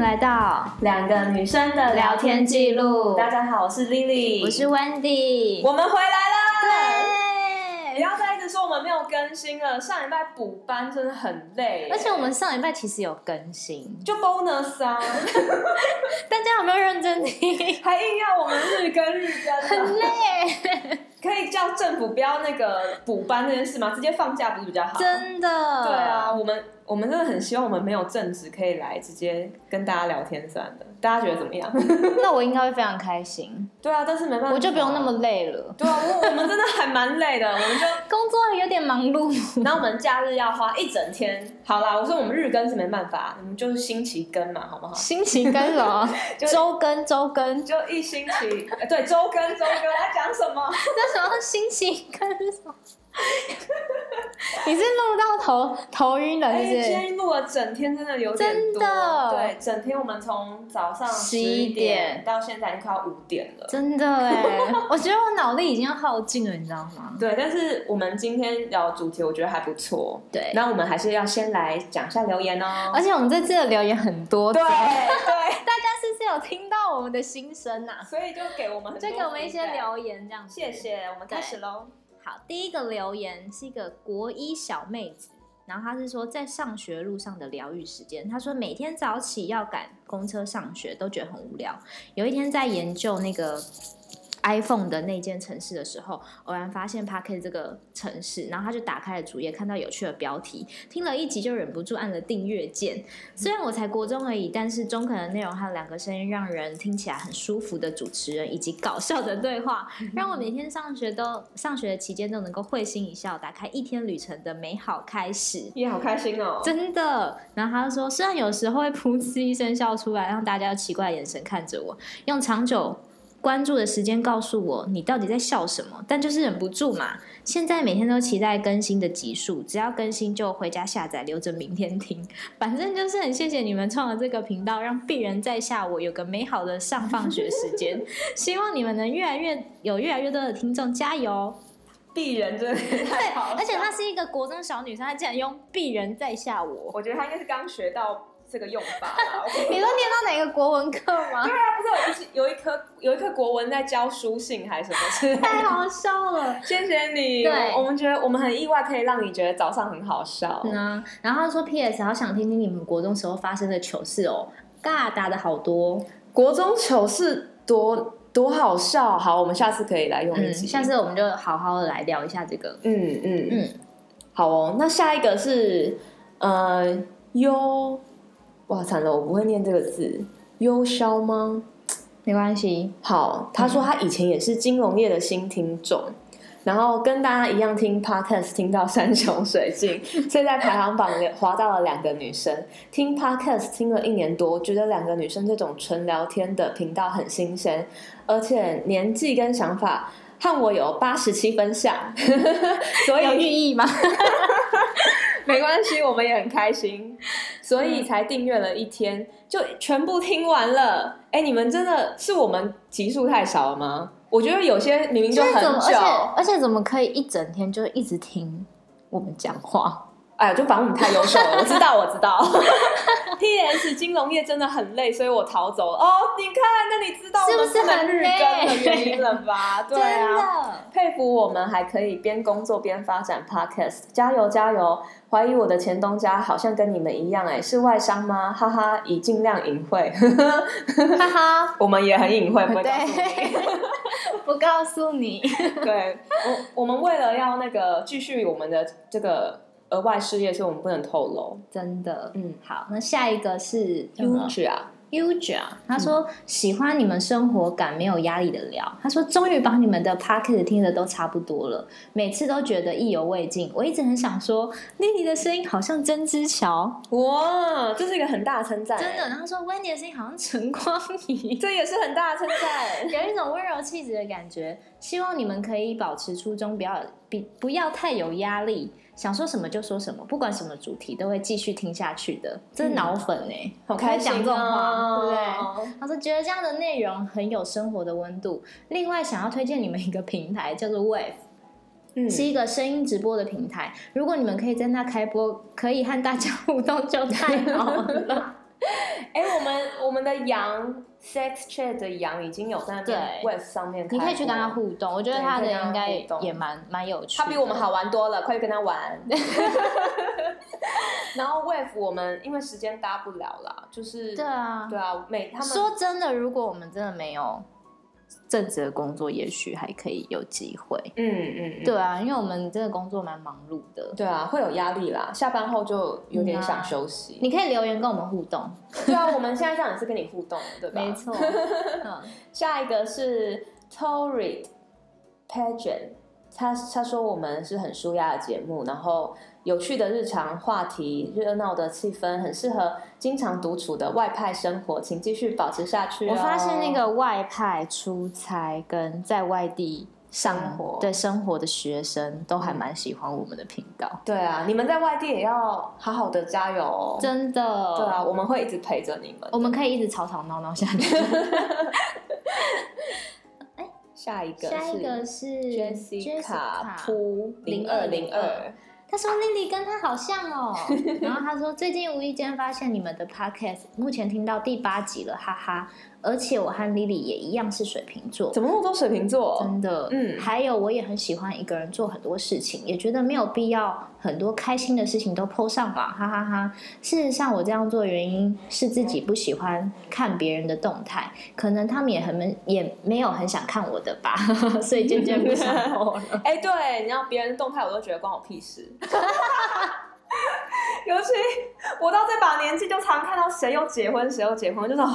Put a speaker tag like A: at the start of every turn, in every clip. A: 来到
B: 两个女生的
A: 聊天记录。
B: 大家好，我是 Lily，
A: 我是 Wendy，
B: 我们回来了。不
A: 对，
B: 要再一直说我们没有更新了，上礼拜补班真的很累，
A: 而且我们上礼拜其实有更新，
B: 就 bonus 啊，
A: 大家有没有认真听？
B: 还硬要我们日更日更
A: 很
B: 的，
A: 累，
B: 可以叫政府不要那个补班这件事吗？直接放假不是比较好？
A: 真的。
B: 对啊，，我们我们真的很希望我们没有正职可以来直接跟大家聊天算的，大家觉得怎么 样？
A: 那我应该会非常开心，
B: 对啊，但是没办法，
A: 我就不用那么。累了。
B: 对啊，我我们真的还蛮累的，我们就
A: 工作有点忙 碌，
B: 然后我们假日要花一整天。好啦，我说我们日更是没办法，我们就是星期更嘛，好不好？
A: 心情干什 么？
B: 就
A: 周更周更，
B: 就一星期，呃对，周更周更，我要讲什 么？
A: 那什么心情干什么？ 你是录到头头晕了，
B: 哎，
A: 是不
B: 今
A: 是？
B: 天录了整天，真的有点
A: 真
B: 多。
A: 的
B: 对，整天我们从早上
A: 11
B: 一
A: 点
B: 到现在已经快要五点了。
A: 真的哎，我觉得我脑力已经要耗尽了，你知道 吗？
B: 对，但是我们今天聊的主题，我觉得还不错。
A: 对，
B: 那我们还是要先来讲一下留言哦。
A: 而且我们这次的留言很多，
B: 对
A: 大
B: 对，
A: 家是不是有听到我们的心声呐、
B: 所以就给我们 很多
A: 就给我们一些
B: feedback
A: 留言这样子。
B: 谢。谢，我们开始喽。
A: 好，第一个留言是一个国一小妹子，然后她是说在上学路上的疗愈时间，她说每天早起要赶公车上学都觉得很无聊。有一天在研究那个 iPhone 的那间城市的时候，偶然发现 Park 这个城市，然后她就打开了主页，看到有趣的标题，听了一集就忍不住按了订阅键。虽然我才国中而已，但是中肯的内容还有两个声音让人听起来很舒服的主持人以及搞笑的对话，让我每天上学都上学的期间都能够会心一笑，打开一天旅程的美好开始。
B: 也好开心哦。
A: 真的，然后他就说，虽然有时候会噗嗤一声笑出来，让大家用奇怪的眼神看着我，用长久关注的时间告诉我你到底在笑什么，但就是忍不住嘛。现在每天都期待更新的集数，只要更新就回家下载，留着明天听。 反正就是很谢谢你们创了这个频道，让鄙人在下我有个美好的上放学时 间。希望你们能越来越有越来越多的听众，加油！
B: 鄙人真的太好了，
A: 而且她是一个国中小女生，她竟然用鄙人在下我。
B: 我觉得他应该是刚学到这个用法吧。我
A: 你都念到哪个国文课吗？
B: 他不是有一有一科有一科国文在教书信还是什么 之类的？
A: 太好笑了。
B: 谢谢你，
A: 对
B: 我们觉得我们很意外，可以让你觉得早上很好笑。
A: 嗯啊，然后他说 P.S. 好想听听你们国中时候发生的糗事哦，尬打的好多。哦
B: 国中糗事多多好笑，好，我们下次可以来用一
A: 嗯，
B: 集。
A: 下次我们就好好的来聊一下这个。
B: 嗯嗯
A: 嗯
B: 嗯，好哦。那下一个是呃优，哇惨了，我不会念这个字，优肖吗？
A: 没关系，
B: 好，他说他以前也是金融业的新听众。然后跟大家一样听 podcast，听到山穷水尽， 所以在排行榜里划到了两个女生。听 podcast 听了一年多，觉得两个女生这种纯聊天的频道很新鲜，而且年纪跟想法和我有八十七分像， 所
A: 有
B: 以
A: 寓意吗？
B: 没关系，我们也很开心，所以才订阅了一天，就全部听完了。哎、你们真的是我们集数太少了吗？我觉得有些明明就
A: 就是
B: 很
A: 怎么，而且
B: 久，
A: 而且怎么可以一整天就一直听我们讲话？
B: 哎，就反正我们太优秀了。我知道，我知 道。P.S. 金融业真的很累，所以我逃走了。哦，你看，那你知道我
A: 是不是
B: 们能
A: 很
B: 日
A: 累
B: 更的原因了吧？对啊，
A: 真
B: 佩服我们还可以边工作边发展 podcast，加油加油！怀疑我的前东家好像跟你们一样、哎，是外商吗？哈哈，已尽量隐晦，
A: 的，哈 哈，
B: 我们也很隐晦，不会告诉你。
A: 对， 不告诉你，
B: 对，我我们为了要那个继续我们的这个额外事业，所以我们不能透露。
A: 真的。
B: 嗯
A: 好，那下一个是什么
B: Uja，啊，
A: Uja，他
B: 嗯
A: 说喜欢你们生活感没有压力的聊。他说终于把你们的 p o c k e t 听的都差不多了，每次都觉得意犹未尽。我一直很想说，丽丽的声音好像针织桥，
B: 哇，这是一个很大的称赞、
A: 真的。
B: 哎，
A: 然后他说 Wendy 的声音好像晨光仪，
B: 这也是很大的称赞。
A: 有一种温柔气质的感觉。希望你们可以保持初衷，不要比不要太有压力，想说什么就说什么，不管什么主题都会继续听下去的。真脑粉哎、欸，
B: 嗯好开心
A: 讲
B: 哦
A: 这种话，对不对？他说觉得这样的内容很有生活的温度。另外，想要推荐你们一个平台，叫做 Wave，、
B: 嗯，
A: 是一个声音直播的 平台。如果你们可以在那开播，可以和大家互动，就太好了。
B: 哎、我们我们的羊 Sex Chat 的羊已经有在那边
A: 对
B: Web 上面，
A: 你可以去跟他，互动，我觉得
B: 对
A: 他
B: 可以
A: 的
B: 跟他
A: 应该
B: 互动
A: 也蛮蛮有趣的。
B: 他比我们好玩多了，快去跟他 玩。然后 Web 我们因为时间搭不了啦，就是
A: 对啊，
B: 对啊，每他们
A: 说真的，如果我们真的没有正职的工作，也许还可以有机会。
B: 嗯嗯，嗯
A: 对啊，因为我们真的工作蛮忙碌的。
B: 对啊，会有压力啦，下班后就有点想休息。
A: 嗯啊你可以留言跟我们互动，
B: 对啊，我们现在这样也是跟你互动，对吧？
A: 没错。 嗯，
B: 下一个是 Torrid Pageant，他他说我们是很舒压的节目，然后有趣的日常话题、热闹的气氛，很适合经常独处的外派生活，请继续保持下去、哦。
A: 我发现那个外派出差跟在外地
B: 生活
A: 对生活的学生都还蛮喜欢我们的频道，
B: 对啊，你们在外地也要好好的加油哦。
A: 真的。哦
B: 对啊，，我们会一直陪着你们。
A: 我们可以一直吵吵闹闹下去。
B: 下一个
A: 下一
B: 是
A: 个是
B: Jessica 扑零二零二
A: 0202。他说 Lily 跟他好像 哦，然后他说最近无意间发现你们的 podcast，目前听到第八集了，哈哈。而且我和 Lily 也一样是水瓶座，
B: 怎么那么多水瓶座？
A: 真的，
B: 嗯
A: 还有我也很喜欢一个人做很多事情，也觉得没有必要很多开心的事情都 PO 上网，哈哈哈事实上，我这样做的原因是自己不喜欢看别人的动态，可能他们也很没也没有很想看我的吧， 所以渐渐不 想 PO 了。
B: 哎、对，你知道别人动态我都觉得关我屁事。 尤其我到这把年纪，就常看到谁又结婚，谁又结婚，我就是哦，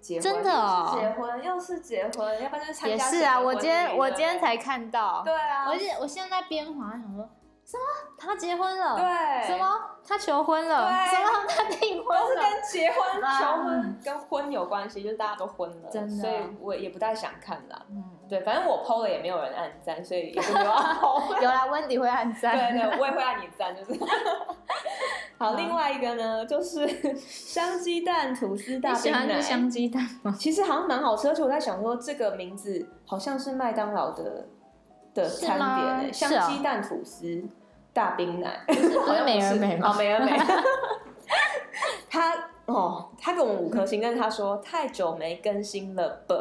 B: 结婚
A: 真的哦
B: 又是结婚又是结婚，要不然就是参加
A: 也
B: 谁
A: 是
B: 的
A: 啊，
B: 婚
A: 我今天
B: 礼
A: 我
B: 了
A: 今天才看到，
B: 对啊，
A: 我现我现在边滑想说什么他结婚了，
B: 对
A: 什么他求婚了，
B: 对
A: 什么他订婚
B: 都是
A: 了，
B: 跟结婚、
A: 啊
B: 求婚跟婚有关系，就是大家都婚了，
A: 真的
B: 所以我也不太想看啦。
A: 嗯
B: 对，反正我 PO 了也没有人按赞，所以也就 没有按 PO。
A: 有啦，温迪会按赞。
B: 对对，我也会按你赞，就是。好，另外一个呢，就是 香鸡蛋吐司大
A: 你喜
B: 冰
A: 欢
B: 奶
A: 吃。香鸡蛋吗？
B: 其实好像蛮好吃，而且我在想说，这个名字好像是麦当劳的的
A: 是
B: 餐
A: 吗
B: 点、欸，香
A: 是哦
B: 鸡蛋吐司大冰奶，
A: 不是美而美
B: 哦，
A: 吗？
B: 没有没有。他哦，他给我们五颗星，但是他说太久没更新了吧，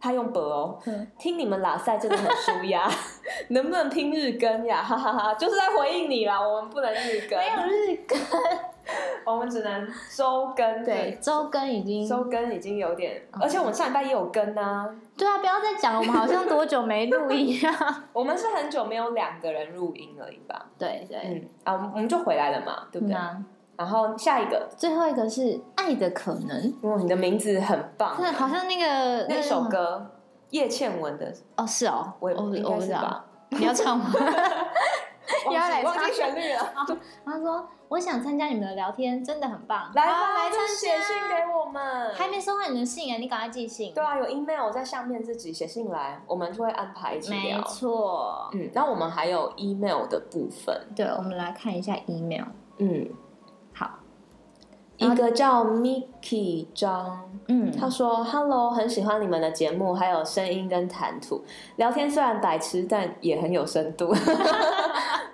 B: 他用吧哦
A: 嗯，
B: 听你们拉塞真的很舒压， 能不能拼日更呀？哈哈哈就是在回应你啦，我们不能日更，
A: 没有日更，
B: 我们只能周更。
A: 对，，哦周更已经
B: 周更已经有点，而且我们上礼拜也有更啊，
A: 对啊，不要再讲了我们好像多久没录一样。
B: 我们是很久没有两个人录音而已吧？
A: 对嗯啊对，
B: 嗯啊，我们我们就回来了嘛，对不对？
A: 那
B: 然后下一个，
A: 最后一个是爱的可能，
B: 哇，你的名字很棒，
A: 对，好像那个
B: 那
A: 叫什
B: 首
A: 么
B: 歌叶 倩文的，
A: 哦，是哦，
B: 我
A: 我
B: 也
A: 我
B: 应该
A: 不
B: 是
A: 知道，
B: 吧？
A: 你要唱吗？
B: 忘
A: 要来
B: 记
A: 唱哦
B: 忘记旋律了，
A: 他说我想参加你们的聊天，真的很棒，
B: 来
A: 好
B: 吧，
A: 来
B: 就
A: 参
B: 写
A: 加
B: 信给我们。
A: 还没收到你的信哎，你赶快寄信
B: 对。啊，有 email 在上面自己写信来，我们就会安排一起
A: 没
B: 聊。
A: 错，
B: 嗯，那我们还有 email 的部分，
A: 对，我们来看一下 email。
B: 嗯，
A: 好，
B: 一个叫 Mickey 张。
A: 嗯，
B: 他说：“Hello，很喜欢你们的节目，还有声音跟谈吐。聊天虽然白痴，但也很有深度。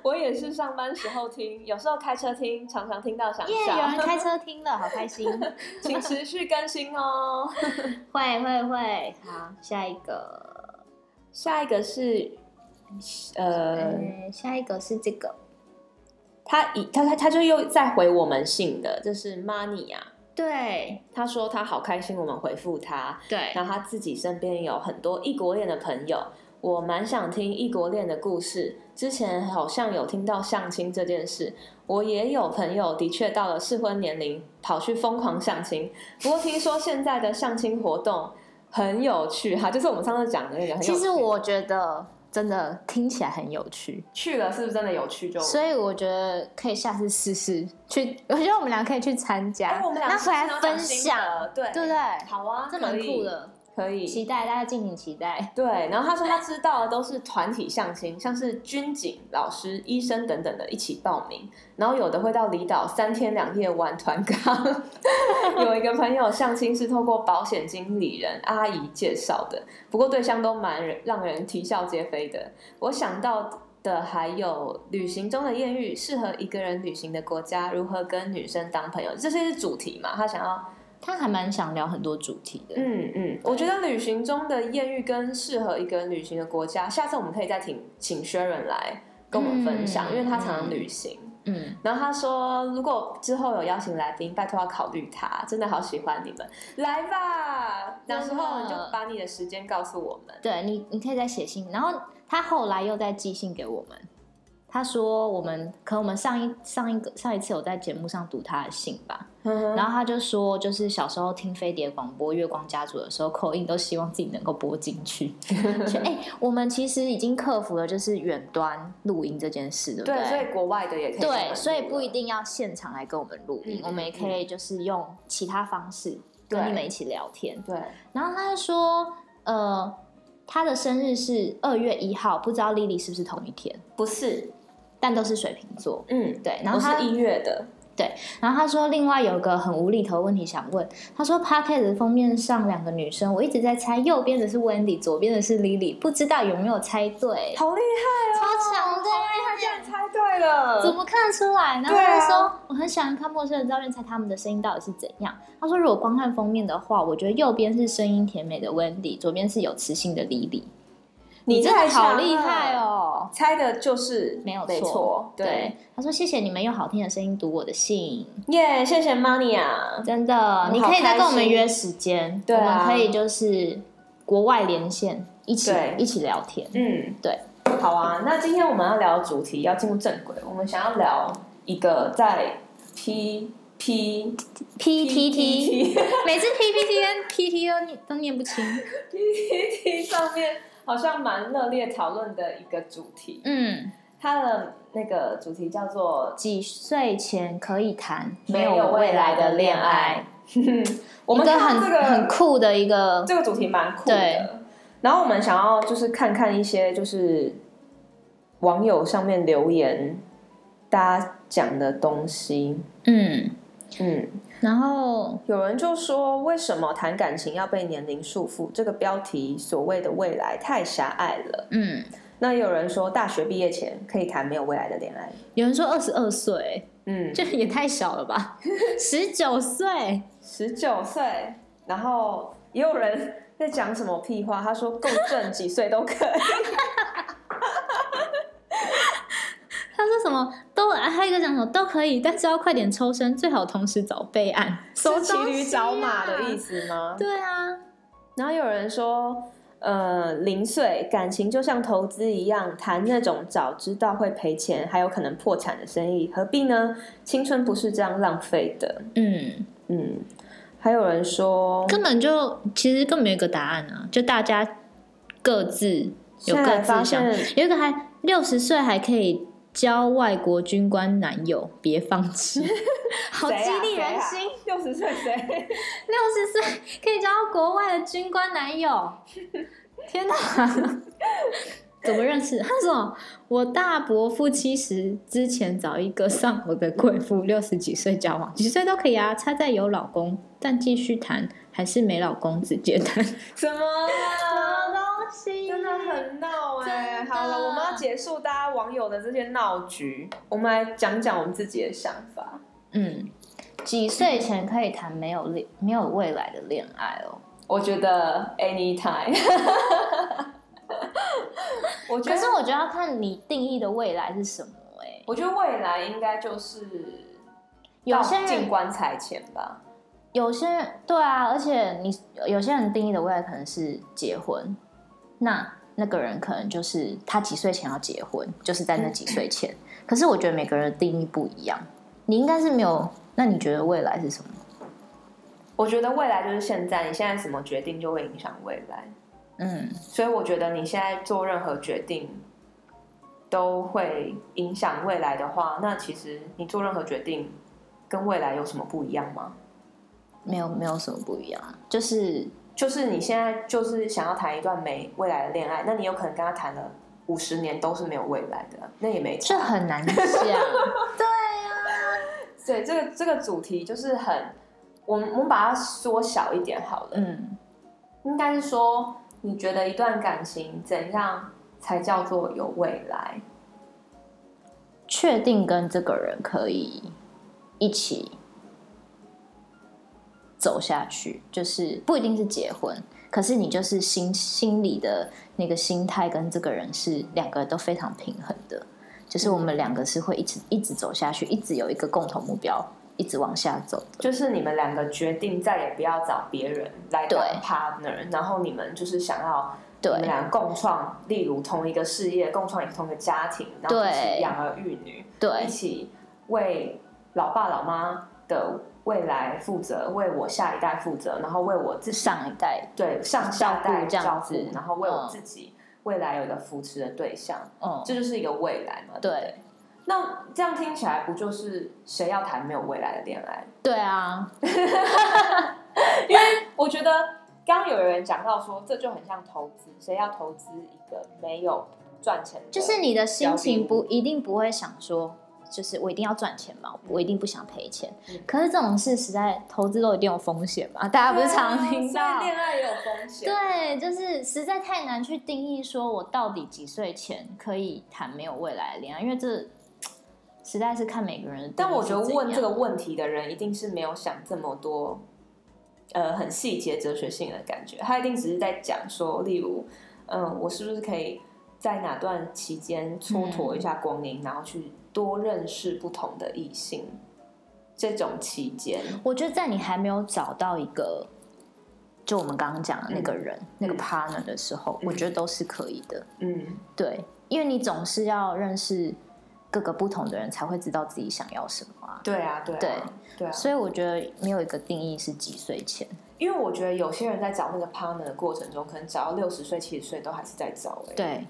B: 我也是上班时候听，有时候开车听，常常听到想
A: 耶，
B: 笑。
A: 有人开车听了，好开心。
B: 请持续更新哦。
A: 会会会，好，下一个，
B: 下一个是，呃，
A: 嗯，下一个是这个，
B: 他以他他他就又再回我们信的，这是 Money 啊。
A: 对
B: 他说他好开心，我们回复他，
A: 对，
B: 然后他自己身边有很多异国恋的朋友，我蛮想听异国恋的故事。之前好像有听到相亲这件事，我也有朋友的确到了适婚年龄，跑去疯狂相亲。不过听说现在的相亲活动很有趣哈，就是我们上次讲的那个，很有
A: 其实
B: 趣
A: 我觉得真的听起来很有趣，
B: 去了是不是真的有趣就？
A: 所以我觉得可以下次试试去，我觉得我们俩可以去参
B: 哎
A: 加，
B: 我们俩
A: 那
B: 是不
A: 回来
B: 是要
A: 分
B: 讲心
A: 享，
B: 得，对
A: 对不对？
B: 好啊，
A: 这蛮
B: 可以
A: 酷，的，
B: 可以
A: 期待大家敬请期待。
B: 对，然后他说他知道的都是团体相亲，像是军警、老师、医生等等的一起报名，然后有的会到离岛三天两夜玩团康。 有一个朋友相亲是透过保险经理人阿姨介绍的，不过对象都蛮人让人啼笑皆非的。我想到的还有旅行中的艳遇，适合一个人旅行的国家，如何跟女生当朋友，这些是主题嘛？他想要，
A: 他还蛮想聊很多主题的。
B: 嗯嗯，我觉得旅行中的艳遇跟适合一个人旅行的国家，下次我们可以再请请 Sharon 来跟我们分享，
A: 嗯
B: 因为他常常旅行。
A: 嗯，
B: 然后他说，如果之后有邀请来宾，拜托要考虑他，真的好喜欢你们，来吧，
A: 真
B: 到
A: 的
B: 时候你就把你的时间告诉我们。
A: 对你，你可以再写信。然后他后来又再寄信给我们，他说我们可能我们上一上一个上一次有在节目上读他的信吧，
B: 嗯
A: 然后他就说，就是小时候听飞碟广播《月光家族》的时候，口音都希望自己能够播进去。 就哎、我们其实已经克服了就是远端录音这件事，对不
B: 对，所以国外的也可以跟我们录
A: 对，
B: 了，
A: 所以不一定要现场来跟我们录音，
B: 嗯
A: 我们也可以就是用其他方式跟
B: 对
A: 你们一起聊天。
B: 对，
A: 然后他就说，呃，他的生日是二月一号，不知道莉莉是不是同一天，
B: 不是，
A: 但都是水瓶座。
B: 嗯，
A: 对，然
B: 我
A: 后他
B: 是一月的，
A: 然后他说，另外有个很无厘头的问题想问，他说 p a c k e t 封面上两个女生，我一直在猜右边的是 Wendy，左边的是 Lily，不知道有没有猜对，
B: 好厉害哦，
A: 超强的
B: 好厉害，这样猜对了，
A: 怎么看得出来？然后
B: 对啊
A: 他就说，我很喜欢看陌生人照片，猜他们的声音到底是怎样。他说，如果光看封面的话，我觉得右边是声音甜美的 Wendy，左边是有磁性的 Lily，
B: 你
A: 真
B: 太
A: 的好
B: 强
A: 厉
B: 了
A: 害！哦！
B: 猜的就是
A: 没有
B: 没
A: 错
B: 错，，对，，
A: 他说谢谢你们用好听的声音读我的信，
B: 耶，谢谢 Money 啊，
A: 真的，你
B: 好
A: 可以再
B: 开
A: 嗯跟我们
B: 心
A: 约时间，
B: 对
A: 我们
B: 啊
A: 可以就是国外连线，一起
B: 对
A: 一起聊天。
B: 嗯，
A: 对，
B: 好啊，那今天我们要聊的主题要进入正轨，我们想要聊一个在 P P
A: P T T，
B: T
A: 每次 P P T 跟 P T 都念都念不清。
B: P T T 上面好像蛮热烈讨论的一个主题，
A: 嗯，
B: 它的那个主题叫做
A: 几岁前可以谈
B: 有
A: 未
B: 来
A: 的
B: 恋
A: 爱，。
B: 我们
A: 一个
B: 看
A: 很、
B: 这个
A: 很酷的一个，
B: 这个主题蛮酷
A: 对
B: 的。然后我们想要就是看看一些就是网友上面留言大家讲的东西。
A: 嗯，
B: 嗯，
A: 然后
B: 有人就说为什么谈感情要被年龄束缚？这个标题所谓的未来太狭隘了。
A: 嗯，
B: 那有人说大学毕业前可以谈没有未来的恋爱。
A: 有人说二十二岁，
B: 嗯，
A: 这也太小了吧，十九岁。
B: 十九岁，然后也有人在讲什么屁话，他说够正几岁都可以。
A: 他说什么都，啊还有一个讲什么都可以，但是要快点抽身，最好同时找备案，
B: 是骑驴找马的意
A: 思。
B: 思吗？
A: 对啊，
B: 然后有人说，呃，零碎感情就像投资一样，谈那种早知道会赔钱，还有可能破产的生意，何必呢？青春不是这样浪费的。
A: 嗯，
B: 嗯，还有人说，
A: 根本就其实根本没有一个答案啊，就大家各自有
B: 现
A: 各
B: 在
A: 自
B: 发
A: 想，
B: 现
A: 有一个还六十岁还可以交外国军官男友，别放 弃，好
B: 啊
A: 激励人心。。
B: 六十岁谁？
A: 六十岁可以交到国外的军官男 友，天哪！怎么认识？他说我大伯父七十之前找一个丧偶的贵妇，六十几岁交往，几岁都可以啊，差在有老公，但继续谈还是没老公直接谈。
B: 什么啊？
A: 东西
B: 真的很闹哎、
A: 真的
B: 好了，我们要结束大家网友的这些闹局，我们来讲讲我们自己的想法。
A: 嗯，几岁前可以谈没有恋没有未来的恋爱哦？
B: 我觉得 anytime，我觉
A: 可
B: 得
A: 是，我觉得要看你定义的未来是什么哎、
B: 我觉得未来应该就是
A: 有些
B: 到
A: 人
B: 进棺材前吧。
A: 有些人对啊，而且你有些人定义的未来可能是结婚，那那个人可能就是他几岁前要结婚，就是在那几岁前。可是我觉得每个人的定义不一样，你应该是没有。那你觉得未来是什么？
B: 我觉得未来就是现在，你现在什么决定就会影响未来，
A: 嗯
B: 所以我觉得你现在做任何决定都会影响未来的话，那其实你做任何决定跟未来有什么不一样吗？
A: 没有没有什么不一样，就是
B: 就是你现在就是想要谈一段没未来的恋爱，那你有可能跟他谈了五十年都是没有未来的，那也没
A: 这
B: 差。
A: 很难 讲。对啊，
B: 对，这个这个主题就是很，我们我们把它缩小一点好了，
A: 嗯
B: 应该是说，你觉得一段感情怎样才叫做有未来？
A: 确定跟这个人可以一起走下去，就是不一定是结婚，可是你就是心心里的那个心态跟这个人是两个都非常平衡的，就是我们两个是会一直一直走下去，一直有一个共同目标，一直往下走的。
B: 就是你们两个决定再也不要找别人来当
A: 对
B: partner，然后你们就是想要
A: 对
B: 你们俩共创，例如同一个事业，共创一个同一个家庭，然后
A: 对
B: 一起养儿育女，一
A: 对
B: 起为老爸老妈的未来负责，为我下一代负责，然后为我自己
A: 上一代，
B: 对上
A: 照
B: 下
A: 顾
B: 代
A: 这样
B: 照顾
A: 子，
B: 然后为我
A: 嗯
B: 自己未来有一个扶持的对象，
A: 嗯，
B: 这就是一个未来嘛。不
A: 对
B: 那这样听起来不就是谁要谈没有未来的恋爱？
A: 对啊，
B: 我觉得刚刚有人讲到说，这就很像投资，谁要投资一个没有赚钱的？
A: 就是你
B: 呃
A: 的心情
B: 标
A: 不
B: 的
A: 一定不会想说，就是我一定要赚钱嘛，我一定不想赔钱
B: 嗯。
A: 可是这种事实在投资都一定有风险嘛，大家不是常听
B: 对啊
A: 到
B: 所以？恋爱也有风险。
A: 对，啊就是实在太难去定义，说我到底几岁前可以谈没有未来的恋爱，因为这实在是看每个人的定义是怎样。
B: 但我觉得问这个问题的人一定是没有想这么多，呃，很细节哲学性的感觉。他一定只是在讲说，例如，嗯，我是不是可以在哪段期间蹉跎一下光阴，然后去多认识不同的异性？这种期间，
A: 我觉得在你还没有找到一个，就我们刚刚讲的那个人、那个 partner 的时候，
B: 嗯
A: 我觉得都是可以的。
B: 嗯，
A: 对，因为你总是要认识各个不同的人，才会知道自己想要什么啊。
B: 对啊，对啊，
A: 对
B: 对啊。
A: 所以我觉得没有一个定义是几岁前。
B: 因为我觉得有些人在找那个 partner 的过程中，可能找到六十岁、七十岁都还是在找、欸。
A: 对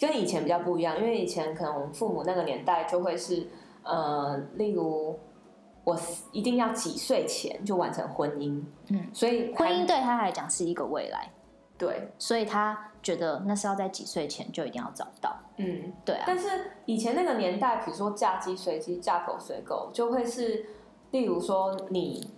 B: 跟以前比较不一样，因为以前可能我们父母那个年代就会是，呃，例如我一定要几岁前就完成婚姻，
A: 嗯，
B: 所以还
A: 婚姻对他来讲是一个未来，
B: 对，
A: 所以他觉得那是要在几岁前就一定要找到。
B: 嗯，
A: 对啊，
B: 但是以前那个年代，比如说嫁鸡随鸡，嫁狗随狗，就会是，例如说你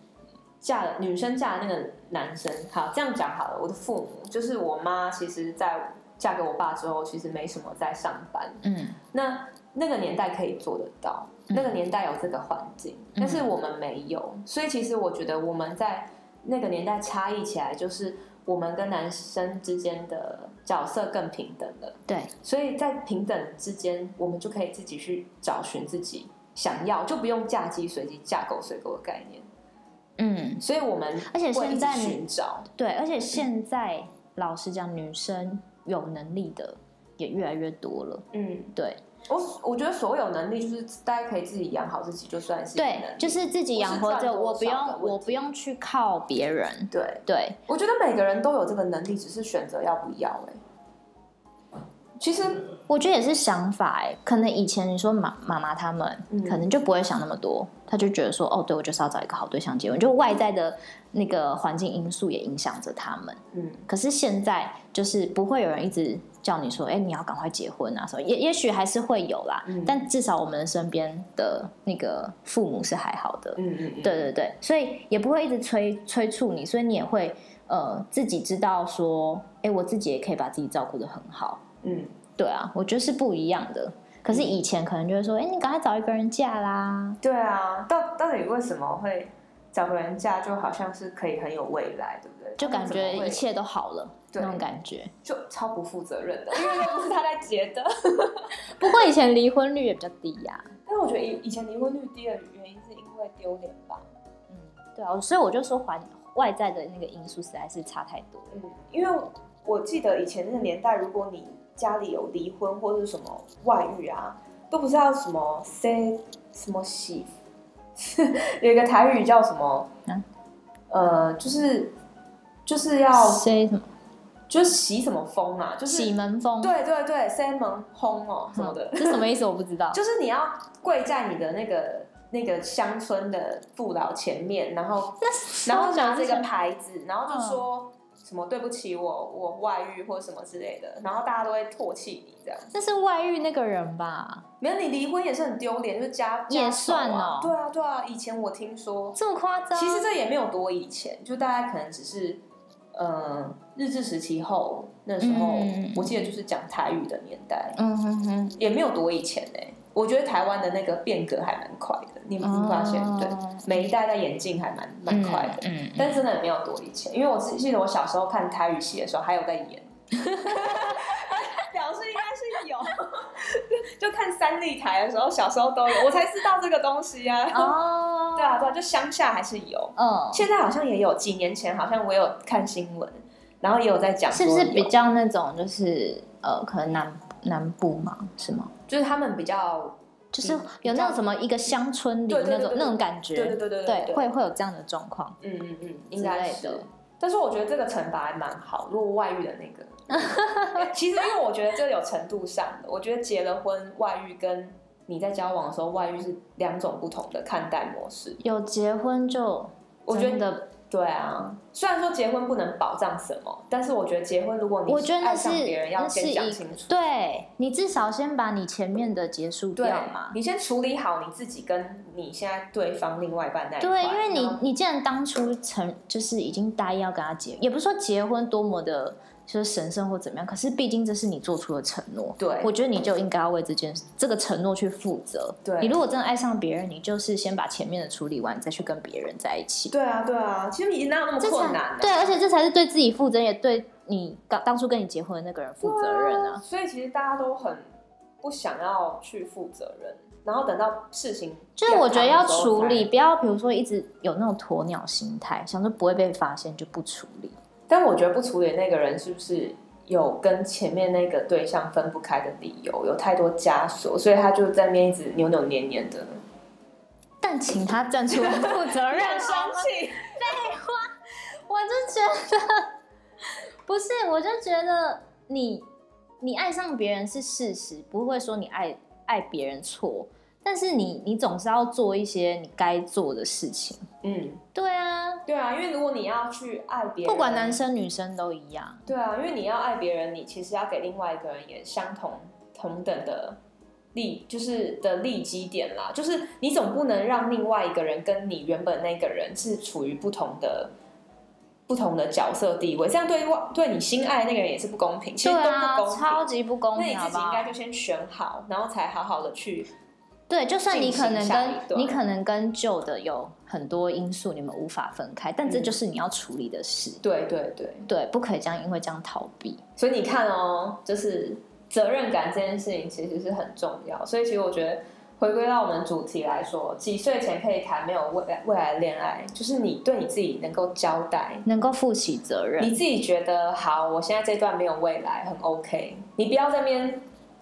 B: 嫁了女生嫁了那个男生，好这样讲好了。我的父母就是我妈，其实在嫁给我爸之后，其实没什么在上班。
A: 嗯，
B: 那那个年代可以做得到，
A: 嗯
B: 那个年代有这个环境，但是我们没有，所以其实我觉得我们在那个年代差异起来，就是我们跟男生之间的角色更平等了。
A: 对
B: 所以在平等之间，我们就可以自己去找寻自己想要，就不用嫁鸡随鸡、嫁狗随狗的概念。
A: 嗯，
B: 所以我们
A: 而且
B: 会一
A: 现
B: 直
A: 在你
B: 寻找，
A: 对，而且现在老实讲，女生有能力的也越来越多了。
B: 嗯，
A: 对
B: 我我觉得所有能力就是大家可以自己养好自己，就算是能
A: 对
B: 力，
A: 就是自己
B: 不是
A: 养活
B: 赚
A: 着，
B: 多
A: 我不
B: 少
A: 用
B: 的问
A: 我不用去靠别人。
B: 对。
A: 对，
B: 我觉得每个人都有这个能力，只是选择要不要、欸。其实
A: 我觉得也是想法哎、可能以前你说妈妈妈他们、
B: 嗯
A: 可能就不会想那么多，他就觉得说哦，对我就是要找一个好对象结婚，就外在的那个环境因素也影响着他们。
B: 嗯，
A: 可是现在就是不会有人一直叫你说，哎、你要赶快结婚啊什么，也也许还是会有啦，
B: 嗯
A: 但至少我们身边的那个父母是还好的，
B: 嗯嗯嗯，
A: 对对对，所以也不会一直催催促你，所以你也会呃自己知道说，哎、我自己也可以把自己照顾的很好，
B: 嗯，
A: 对啊，我觉得是不一样的。可是以前可能就会说，哎、你赶快找一个人嫁啦，
B: 对啊，到到底为什么会找个人嫁，就好像是可以很有未来，对不对？
A: 就感
B: 他们怎么
A: 觉
B: 会
A: 一切都好了
B: 对
A: 那种感觉。
B: 就超不负责任的，因 为又不是他在结的。
A: 不过以前离婚率也比较低呀、
B: 但我觉得以以前离婚率低的原因是因为丢脸吧，
A: 嗯，对啊，所以我就说环外在的那个因素实在是差太多。
B: 嗯，因为我记得以前那个年代，如果你家里有离婚或是什么外遇啊，都不是要什么 say 什么媳妇， 有一个台语叫什么，
A: 嗯
B: 呃，就是就是要
A: 谁什么
B: 就是洗什么风啊，哦就是
A: 喜门风？
B: 对对对，say 门轰哦什么的，
A: 这什么意思？我不知道。
B: 就是你要跪在你的那个那个乡村的父老前面，然后然后拿这个牌子，然后就
A: 嗯
B: 说什么对不起我我外遇或什么之类的，然后大家都会唾弃你这样。
A: 那是外遇那个人吧？
B: 没有你离婚也是很丢脸，就是家
A: 也
B: 家丑啊
A: 算哦啊
B: 对啊对啊，以前我听说，
A: 这么夸张？
B: 其实这也没有多以前，就大概可能只是。呃，日治时期后那时候，
A: 嗯
B: 我记得就是讲台语的年代，
A: 嗯哼哼，
B: 也没有多以前呢、欸我觉得台湾的那个变革还蛮快的，你们你发现、
A: 哦
B: 对？每一代在演进还蛮蛮快的，
A: 嗯嗯
B: 但真的没有多以前，因为我自记得我小时候看台语戏的时候还有在演。 表示应该是有， 就就看三立台的时候，小时候都有，我才知道这个东西啊。
A: 哦，
B: 对啊，对啊，就乡下还是有，
A: 嗯，
B: 现在好像也有，几年前好像我有看新闻，然后也有在讲
A: 是
B: 说有，
A: 不是比较那种就是呃，可能南南部嘛，是吗？
B: 就是他们比较，
A: 就是
B: 嗯
A: 有那种什么一个乡村里
B: 对
A: 那
B: 对对
A: 种
B: 对
A: 那种感觉，
B: 对对对对对对
A: 会会有这样的状况。
B: 嗯嗯嗯，应
A: 之
B: 该
A: 类
B: 是
A: 的。
B: 但是我觉得这个惩罚还蛮好，如果外遇的那 个，其实因为我觉得这有程度上的，我觉得结了婚外遇跟你在交往的时候外遇是两种不同的看待模式。
A: 有结婚就
B: 我觉
A: 真
B: 得
A: 的，
B: 对啊，虽然说结婚不能保障什么，但是我觉得结婚如果你
A: 我觉得
B: 爱
A: 那是
B: 上别人，要
A: 那是
B: 先讲
A: 一
B: 清
A: 个
B: 楚。
A: 对你至少先把你前面的结束
B: 对啊
A: 掉嘛。
B: 你先处理好你自己跟你现在对方另外一半那一
A: 对，
B: 块
A: 因为
B: 然后
A: 你你既然当初成就是已经答应要跟他结，也不是说结婚多么的就是神圣或怎么样，可是毕竟这是你做出的承诺。
B: 对
A: 我觉得你就应该要为这件事这个承诺去负责。
B: 对
A: 你如果真的爱上别人，你就是先把前面的处理完，再去跟别人在一起。
B: 对啊对啊，其实你哪有那么
A: 这
B: 困
A: 才
B: 难、啊？
A: 对，而且这才是对自己负责，也对你当当初跟你结婚的那个人负责任啊。
B: 所以其实大家都很不想要去负责任，然后等到事情
A: 就是我觉得要
B: 变大的时候
A: 处理，
B: 才。
A: 不要比如说一直有那种鸵鸟心态，想说不会被发现就不处理。
B: 但我觉得不处理那个人是不是有跟前面那个对象分不开的理由，有太多枷锁，所以他就在那边一直扭扭捏捏的，
A: 但请他站出来 负责任好吗
B: 气。
A: 我就觉得不是，我就觉得你你爱上别人是事实，不会说你爱爱别人错，但是你你总是要做一些你该做的事情。
B: 嗯，
A: 对啊，
B: 对啊，因为如果你要去爱别人，
A: 不管男，生女生都一样。
B: 对啊，因为你要爱别人，你其实要给另外一个人也相同同等的。利就是的利基点啦，就是你总不能让另外一个人跟你原本那个人是处于不同的、不同的角色地位，这样对外对你心爱的那个人也是不公平，其
A: 对
B: 实都
A: 啊
B: 不，公平。
A: 超级不公
B: 那你
A: 平，好
B: 自
A: 不
B: 己应
A: 好
B: 该？就先选好，然后才好好的去。
A: 对，就算你
B: 进
A: 可
B: 行
A: 能
B: 下
A: 跟
B: 一段
A: 你可能跟旧的有很多因素，你们无法分开，但这
B: 嗯
A: 就是你要处理的事。
B: 对对对，
A: 对，不可以这样，因为这样逃避。
B: 所以你看哦，就是责任感这件事情其实是很重要。所以其实我觉得，回归到我们主题来说，几岁前可以谈没有未来未来恋爱，就是你对你自己能够交代，
A: 能够负起责任
B: 你。自己觉得好，我现在这段没有未来，很 OK。你不要在那边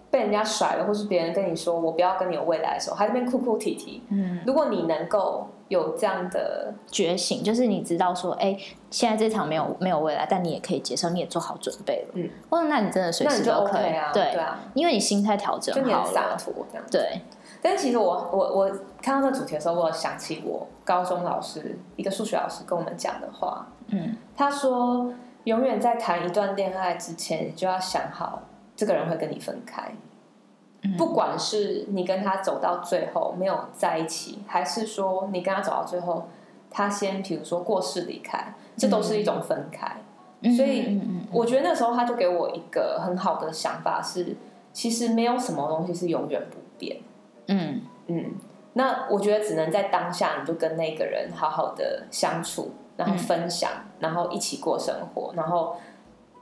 B: 被人家甩了，或是别人跟你说我不要跟你有未来的时候，还在那边哭哭啼啼。
A: 嗯，
B: 如果你能够有这样的
A: 觉醒就是你知道说，哎、现在这场没有没有未来，但你也可以接受，你也做好准备了。
B: 嗯，
A: 哦，那你真的随
B: 那
A: 时
B: 你就
A: 都可以，
B: OK 啊，
A: 对，
B: 对啊，
A: 因为你心态调整
B: 就你很
A: 好
B: 洒
A: 了，
B: 脱这样。
A: 对，
B: 但其实我我我看到这主题的时候，我有想起我高中老师一个数学老师跟我们讲的话，
A: 嗯，
B: 他说永远在谈一段恋爱之前，你就要想好这个人会跟你分开，
A: 嗯
B: 不管是你跟他走到最后没有在一起，还是说你跟他走到最后，他先比如说过世离开，这都是一种分开。所以
A: 嗯嗯嗯嗯
B: 我觉得那时候他就给我一个很好的想法是，其实没有什么东西是永远不变。
A: 嗯
B: 嗯，那我觉得只能在当下，你就跟那个人好好的相处，然
A: 嗯
B: 后分享，然后一起过生活，然后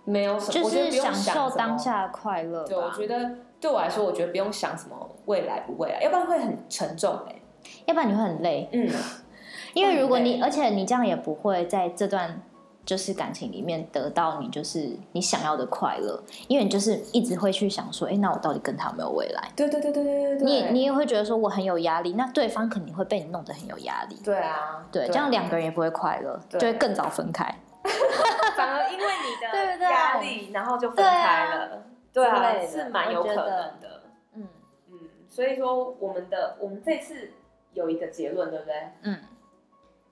B: 没有什么，
A: 就
B: 我觉得
A: 是
B: 不
A: 享
B: 用想
A: 受
B: 什么
A: 当。下的快乐
B: 对，我
A: 吧。
B: 觉得对我来说，我觉得不用想什么未来不未来，要不然会很沉重哎、
A: 要不然你会很累，
B: 嗯，
A: 因为如果你
B: 会很
A: 而且你这样也不会在这段。就是感情里面得到你就是你想要的快乐，因为你就是一直会去想说，哎、那我到底跟他有没有未来？
B: 对对对对对对对，
A: 你也你也会觉得说我很有压力，那对方肯定会被你弄得很有压力。
B: 对啊，
A: 对，这样两个人也不会快乐，就
B: 对
A: 会更早分开。
B: 反而因为你
A: 对不
B: 的
A: 对
B: 压力，然后就分
A: 对啊
B: 开了，对
A: 之
B: 啊，
A: 类的
B: 是蛮有
A: 我觉
B: 可
A: 得
B: 能的。
A: 嗯
B: 嗯，所以说我们的我们这次有一个结论，对不对？
A: 嗯，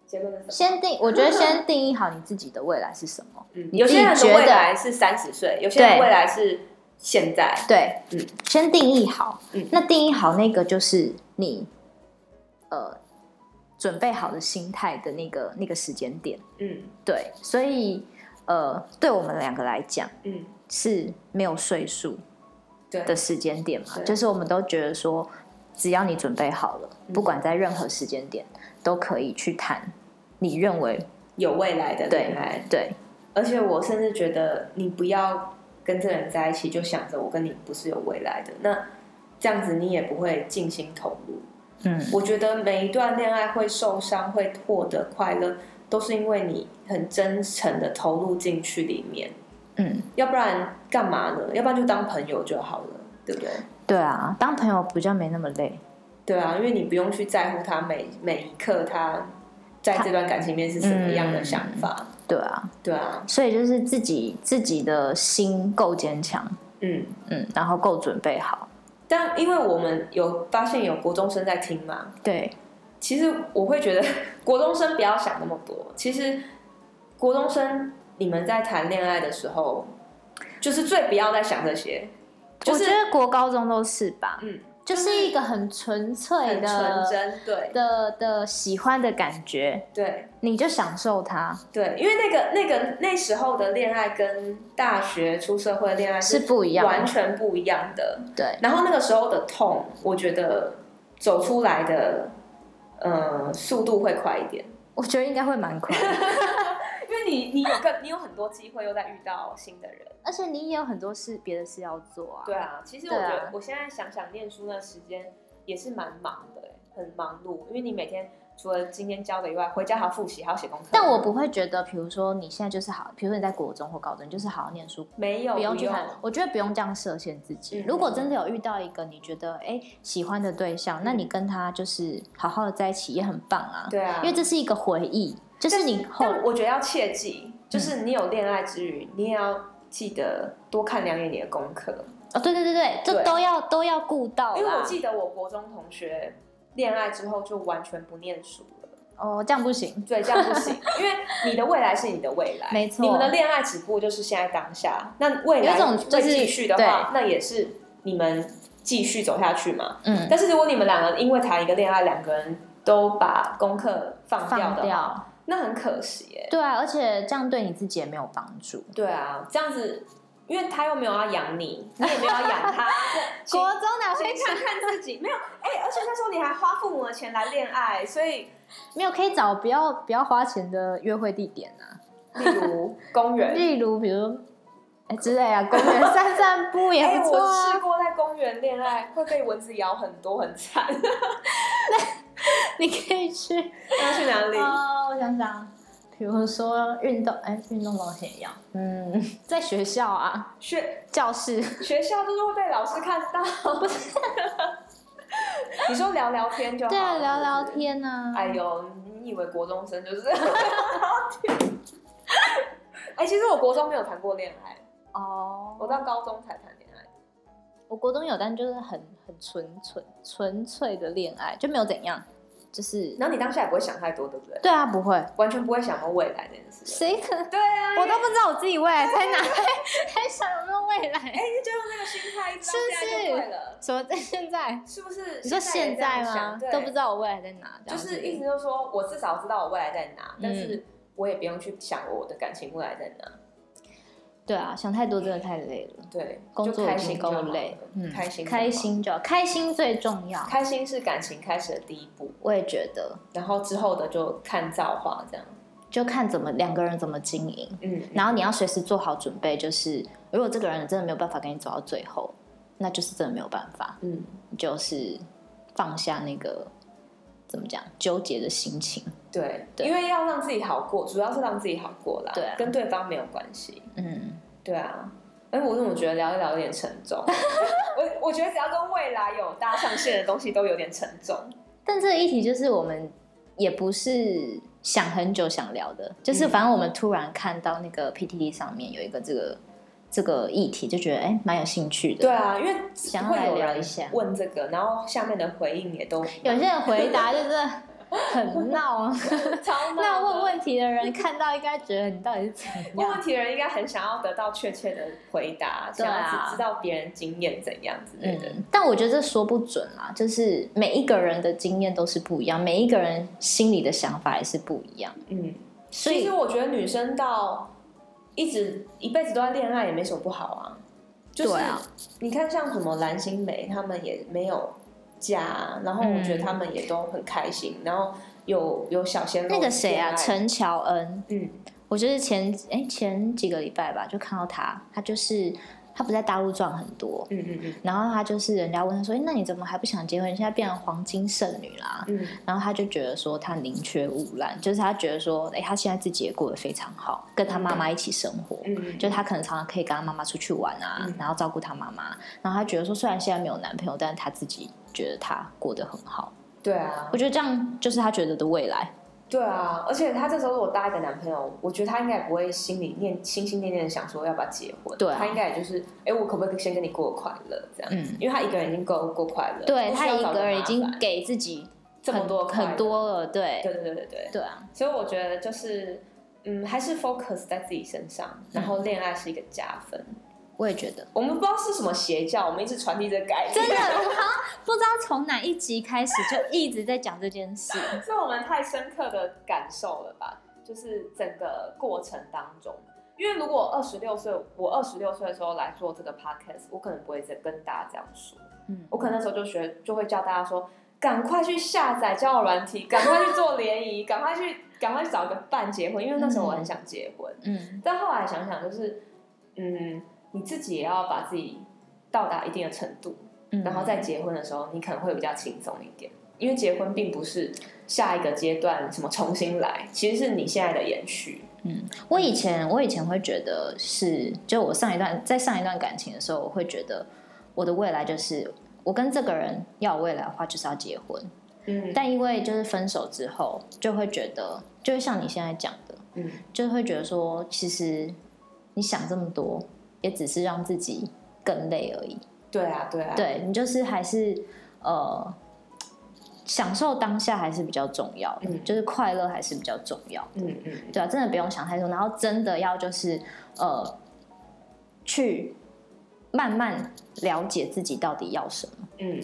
B: 结论是什么？
A: 先定，我觉得先 定义好你自己的未来是什么。
B: 嗯，有些人
A: 你
B: 的
A: 觉得
B: 未来是三十岁，有些人
A: 对
B: 未来是现在。
A: 对，
B: 嗯，
A: 先定义好。
B: 嗯
A: 那定义好那个就是你，呃，准备好的心态的那个那个时间点。
B: 嗯
A: 对，所以呃，对我们两个来讲
B: 嗯，
A: 是没有岁数，
B: 对
A: 的时间点嘛
B: 对，
A: 就是我们都觉得说，只要你准备好了，
B: 嗯
A: 不管在任何时间点，都可以去谈。你认为
B: 有未来的
A: 对
B: 恋爱。
A: 对
B: 而且我甚至觉得，你不要跟这个人在一起，就想着我跟你不是有未来的，那这样子你也不会尽心投入。
A: 嗯，
B: 我觉得每一段恋爱会受伤、会获得快乐，都是因为你很真诚的投入进去里面，
A: 嗯，
B: 要不然干嘛呢？要不然就当朋友就好了，对不对？
A: 对啊，当朋友比较没那么累。
B: 对啊，因为你不用去在乎他每每一刻他在这段感情里面是什么样的想法，
A: 对啊，
B: 对啊，
A: 所以就是自己自己的心够坚强，
B: 嗯。
A: 嗯，然后够准备好。
B: 但因为我们有发现有国中生在听嘛，
A: 对，
B: 其实我会觉得国中生不要想那么多。其实国中生你们在谈恋爱的时候，就是最不要再想这些，就
A: 我
B: 是
A: 觉得国高中都是吧，
B: 嗯，
A: 就是一个很纯粹
B: 很
A: 的
B: 纯真，对
A: 的的喜欢的感觉，
B: 对
A: 你就享受它
B: 对，因为那个那个那时候的恋爱跟大学出社会恋爱
A: 是不一样的，
B: 完全不一样的。
A: 对，
B: 然后那个时候的痛，我觉得走出来的呃速度会快一点。
A: 我觉得应该会蛮快的，
B: 因为你你有个你有很多机会又在遇到新的人，
A: 而且你也有很多事别的事要做啊。
B: 对啊，其实我觉
A: 对啊
B: 得、我现在想想，念书那时间也是蛮忙的欸、很忙碌，因为你每天除了今天教的以外，回家还要复习，还要写功课。
A: 但我不会觉得，比如说你现在就是好，比如说你在国中或高中，你就是好好念书，
B: 没有
A: 不用去
B: 用
A: 看。我觉得不用这样设限自己。
B: 嗯
A: 如果真的有遇到一个你觉得哎喜欢的对象，那你跟他就是好好的在一起也很棒啊，
B: 对啊，
A: 因为这是一个回忆，就是你后
B: 但我觉得要切记，就是你有恋爱之余，你也要记得多看两眼你的功课，
A: 哦，对对对对，这
B: 对
A: 都要都要顾到
B: 因为我
A: 啦。
B: 记得我国中同学恋爱之后就完全不念书了。
A: 哦，这样不行。
B: 对，这样 不行，因为你的未来是你的未来，
A: 没错
B: 你们的恋爱只不过就是现在当下，那未来
A: 有一种就是
B: 会继续的话，那也是你们继续走下去嘛。
A: 嗯，
B: 但是如果你们两个因为谈一个恋爱，两个人都把功课放掉
A: 放
B: 的话，
A: 掉。
B: 那很可惜耶。
A: 对啊，而且这样对你自己也没有帮助。
B: 对啊，这样子，因为他又没有要养你，你也没有要养 他，请
A: 国中哪会
B: 先看看自己没有哎、而且那时候你还花父母的钱来恋爱，所以
A: 没有可以找不要不要花钱的约会地点啊？
B: 例如公园，
A: 例如，比如哎之类啊，公园散散步 也
B: 哎、
A: 不错
B: 我试
A: 啊。
B: 过在公园恋爱，会被蚊子咬很多，很 惨。
A: 你可以去
B: 要去哪里？
A: 哦，我想想，比如说运动，哎，运动保险也要，嗯，在学校啊，
B: 学
A: 教 室，
B: 学校就是会被老师看到， 不是？你说聊聊天就好，
A: 对啊，聊聊
B: 是不是。
A: 天啊。
B: 哎呦，你以为国中生就是聊聊天？ 哎、其实我国中没有谈过恋爱，
A: 哦，
B: 我到高中才谈恋爱。
A: 我国中有，但就是很很纯纯纯粹的恋爱，就没有怎样，就是
B: 然后你当下也不会想太多，对不对？
A: 对啊，不会，
B: 完全不会想到未来这件事。
A: 谁可能
B: 对啊，
A: 我都不知道我自己未来在哪， 还想有没有未来？
B: 哎、你就用那个心态，一直
A: 是不
B: 到现在
A: 是
B: 就会了，
A: 什么在现在？
B: 是不 是？
A: 你说现在
B: 也这
A: 吗
B: 样想？对
A: 都不知道我未来在哪，这样
B: 就
A: 子
B: 是意思就是说，我至少知道我未来在哪，
A: 嗯
B: 但是我也不用去想我的感情未来在哪。
A: 对啊，想太多真的太累了，
B: 对，
A: 工
B: 就
A: 作
B: 开
A: 已经
B: 心就好
A: 够
B: 了
A: 累，嗯，
B: 开心就好
A: 开，心就好开心最重要，
B: 开心是感情开始的第一步，
A: 我也觉得，
B: 然后之后的就看造化这样。
A: 就看怎么两个人怎么经营，
B: 嗯，
A: 然后你要随时做好准备，就是如果这个人真的没有办法跟你走到最后，那就是真的没有办法，
B: 嗯，
A: 就是放下那个怎么讲纠结的心情。
B: 对，
A: 对
B: 因为要让自己好过，主要是让自己好过啦，
A: 对啊
B: 跟对方没有关系。
A: 嗯，
B: 对啊。哎，我怎么觉得聊一聊有点沉重？ 我我觉得只要跟未来有搭上线的东西都有点沉重。
A: 但这个议题就是我们也不是想很久想聊的，就是
B: 嗯
A: 反正我们突然看到那个 PTT 上面有一个这个这个议题，就觉得哎蛮有兴趣的。
B: 对，啊，因为
A: 想要
B: 会
A: 来
B: 有
A: 聊
B: 人
A: 一下
B: 问这个，然后下面的回应也都
A: 有些人回答就是 很闹 啊，
B: 超闹的
A: 那问问题的人看到应该觉得你到底是怎
B: 问问
A: 样？
B: 题的人应该很想要得到确切的回答，
A: 对
B: 想
A: 啊
B: 要只知道别人经验怎样之类的。
A: 嗯，但我觉得这说不准啦，就是每一个人的经验都是不一样，每一个人心里的想法也是不一样，
B: 嗯，
A: 所
B: 其
A: 以
B: 实我觉得女生到一直一辈子都在恋爱也没什么不好啊。就是
A: 对啊
B: 你看像什么蓝心湄，她们也没有家，然后我觉得他们也都很开心，然后有有小鲜肉
A: 那个谁啊，
B: 恋爱
A: 陈乔恩，
B: 嗯，
A: 我就是前哎、前几个礼拜吧，就看到他，他就是他不在大陆赚很多，
B: 嗯嗯嗯
A: 然后他就是人家问他说，哎、那你怎么还不想结婚？你现在变成黄金剩女啦、
B: 嗯，
A: 然后他就觉得说他宁缺毋滥，就是他觉得说，哎、他现在自己也过得非常好，跟他妈妈一起生活，
B: 嗯嗯
A: 就他可能常常可以跟他妈妈出去玩啊，
B: 嗯
A: 然后照顾他妈妈，然后他觉得说，虽然现在没有男朋友，但是他自己觉得他过得很好，
B: 对啊
A: 我，觉得这样就是他觉得的未来，
B: 对啊，而且她这时候如果搭一个男朋友，我觉得她应该也不会心里念心心念念的想说要不要结婚，
A: 对啊
B: 她应该也就是，哎，我可不可以先跟你过快乐这样？
A: 嗯。
B: 因为她一个人已经够够快乐了，
A: 对
B: 不需
A: 他
B: 要
A: 一
B: 找
A: 个人
B: 麻
A: 已经
B: 烦
A: 给自己
B: 这么
A: 很
B: 多快乐
A: 很多了，对
B: 对对对对对，
A: 对啊，
B: 所以我觉得就是，嗯，还是 focus 在自己身上，然后恋爱是一个加分。
A: 我也觉得
B: 我们不知道是什么邪教，我们一直传递这个概 念，
A: 真的，我好像不知道从哪一集开始就一直在讲这件事，
B: 是我们太深刻的感受了吧？就是整个过程当中，因为如果二十六岁，我二十六岁的时候来做这个 podcast，我可能不会再跟大家这样说，
A: 嗯，
B: 我可能那时候就学，就会叫大家说，赶快去下载交友软体，赶快去做联谊， 赶快去，赶快去找个伴结婚，因为那时候我很想结婚。
A: 嗯
B: 但后来想想，就是嗯，你自己也要把自己到达一定的程度，
A: 嗯，
B: 然后在结婚的时候，你可能会比较轻松一点，因为结婚并不是下一个阶段什么重新来，其实是你现在的延续。
A: 嗯，我以前我以前会觉得是，就我上一段在上一段感情的时候，我会觉得我的未来就是我跟这个人要有未来的话，就是要结婚，
B: 嗯
A: 但因为就是分手之后，就会觉得，就会像你现在讲的，
B: 嗯，
A: 就会觉得说，其实你想这么多，也只是让自己更累而已。
B: 对啊，对啊，
A: 对你就是还是呃，享受当下还是比较重要的，
B: 嗯
A: 就是快乐还是比较重要的。
B: 嗯嗯，
A: 对啊，真的不用想太多，然后真的要就是呃，去慢慢了解自己到底要什么。
B: 嗯，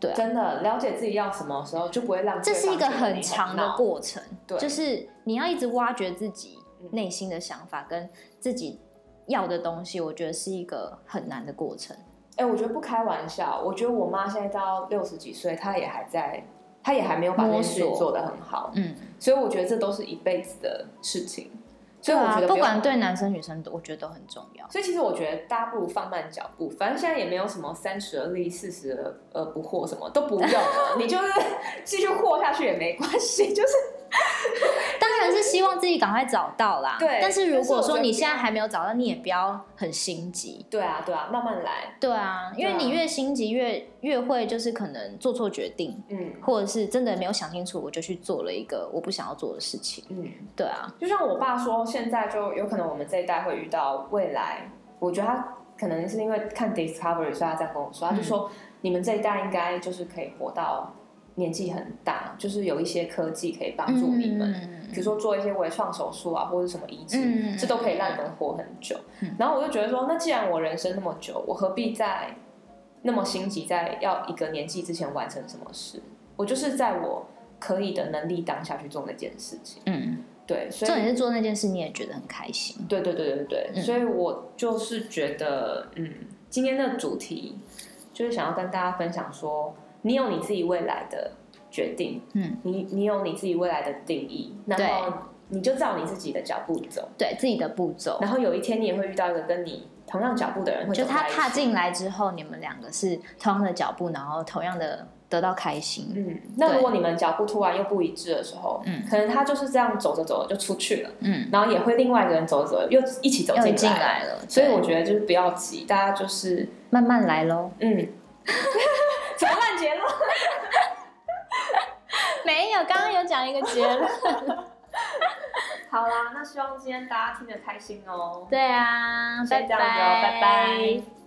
A: 对啊
B: 真的了解自己要什么的时候，就不会让
A: 这
B: 对
A: 是一
B: 方
A: 个
B: 觉得
A: 很
B: 你
A: 长的
B: 闹
A: 过程，
B: 对
A: 就是你要一直挖掘自己
B: 嗯
A: 内心的想法跟自己要的东西，我觉得是一个很难的过程。
B: 哎、我觉得不开玩笑，我觉得我妈现在到六十几岁，她也还在，她也还没有把这件事情
A: 摸索
B: 做得很好，
A: 嗯，
B: 所以我觉得这都是一辈子的事情。所
A: 对
B: 以我觉
A: 啊，
B: 得
A: 不
B: 用
A: 管对男生女生都，我觉得都很重要。
B: 所以其实我觉得大家不如放慢脚步，反正现在也没有什么三十而立、四十而而呃不惑什么都不用了，你就是 继续惑下去也没关系， 就是
A: 当然是希望自己赶快找到啦。
B: 对
A: 但是如
B: 但是我
A: 果
B: 觉
A: 说
B: 得
A: 你
B: 不
A: 现在
B: 要
A: 还没有找到，你也不要很心急。
B: 对啊对啊，慢慢来，
A: 对啊，因为
B: 对啊
A: 你越心急越越会就是可能做错决定，
B: 嗯
A: 或者是真的没有想清楚，我就去做了一个我不想要做的事情。
B: 嗯，
A: 对啊，
B: 就像我爸说，现在就有可能我们这一代会遇到未来，我觉得他可能是因为看 Discovery，所以他这样跟我说，他就说、你们这一代应该就是可以活到年纪很大，就是有一些科技可以帮助你们，比如说做一些微创手术啊，或者是什么移植，
A: 嗯
B: 这都可以让你们活很久。
A: 嗯
B: 然后我就觉得说，那既然我人生那么久，我何必在那么心急，在要一个年纪之前完成什么事？我就是在我可以的能力当下去做那件事情。
A: 嗯，
B: 对，所
A: 重点
B: 以
A: 是做那件事，你也觉得很开心。
B: 对对对对对，
A: 嗯
B: 所以我就是觉得，嗯，今天的主题就是想要跟大家分享说，你有你自己未来的决定，
A: 嗯，
B: 你你有你自己未来的定义，然后你就照你自己的脚步走。
A: 对自己的步骤，
B: 然后有一天你也会遇到一个跟你同样脚步的人，会
A: 就
B: 走
A: 他
B: 在一起
A: 踏，进来之后，你们两个是同样的脚步，然后同样的得到开心。
B: 嗯，那
A: 对
B: 如果你们脚步突然又不一致的时候，
A: 嗯
B: 可能他就是这样走着走着就出去了，
A: 嗯，
B: 然后也会另外一个人走着走着又一起走
A: 又
B: 进
A: 进来
B: 来了。
A: 了，
B: 所以
A: 对
B: 我觉得就是不要急，大家就是
A: 慢慢来喽。
B: 嗯，怎么烂结论？
A: 没有，刚刚有讲一个结论。
B: 好啦，那希望今天大家听得开心哦。
A: 对啊，
B: 先
A: 拜
B: 这样
A: 拜，
B: 子哦，拜拜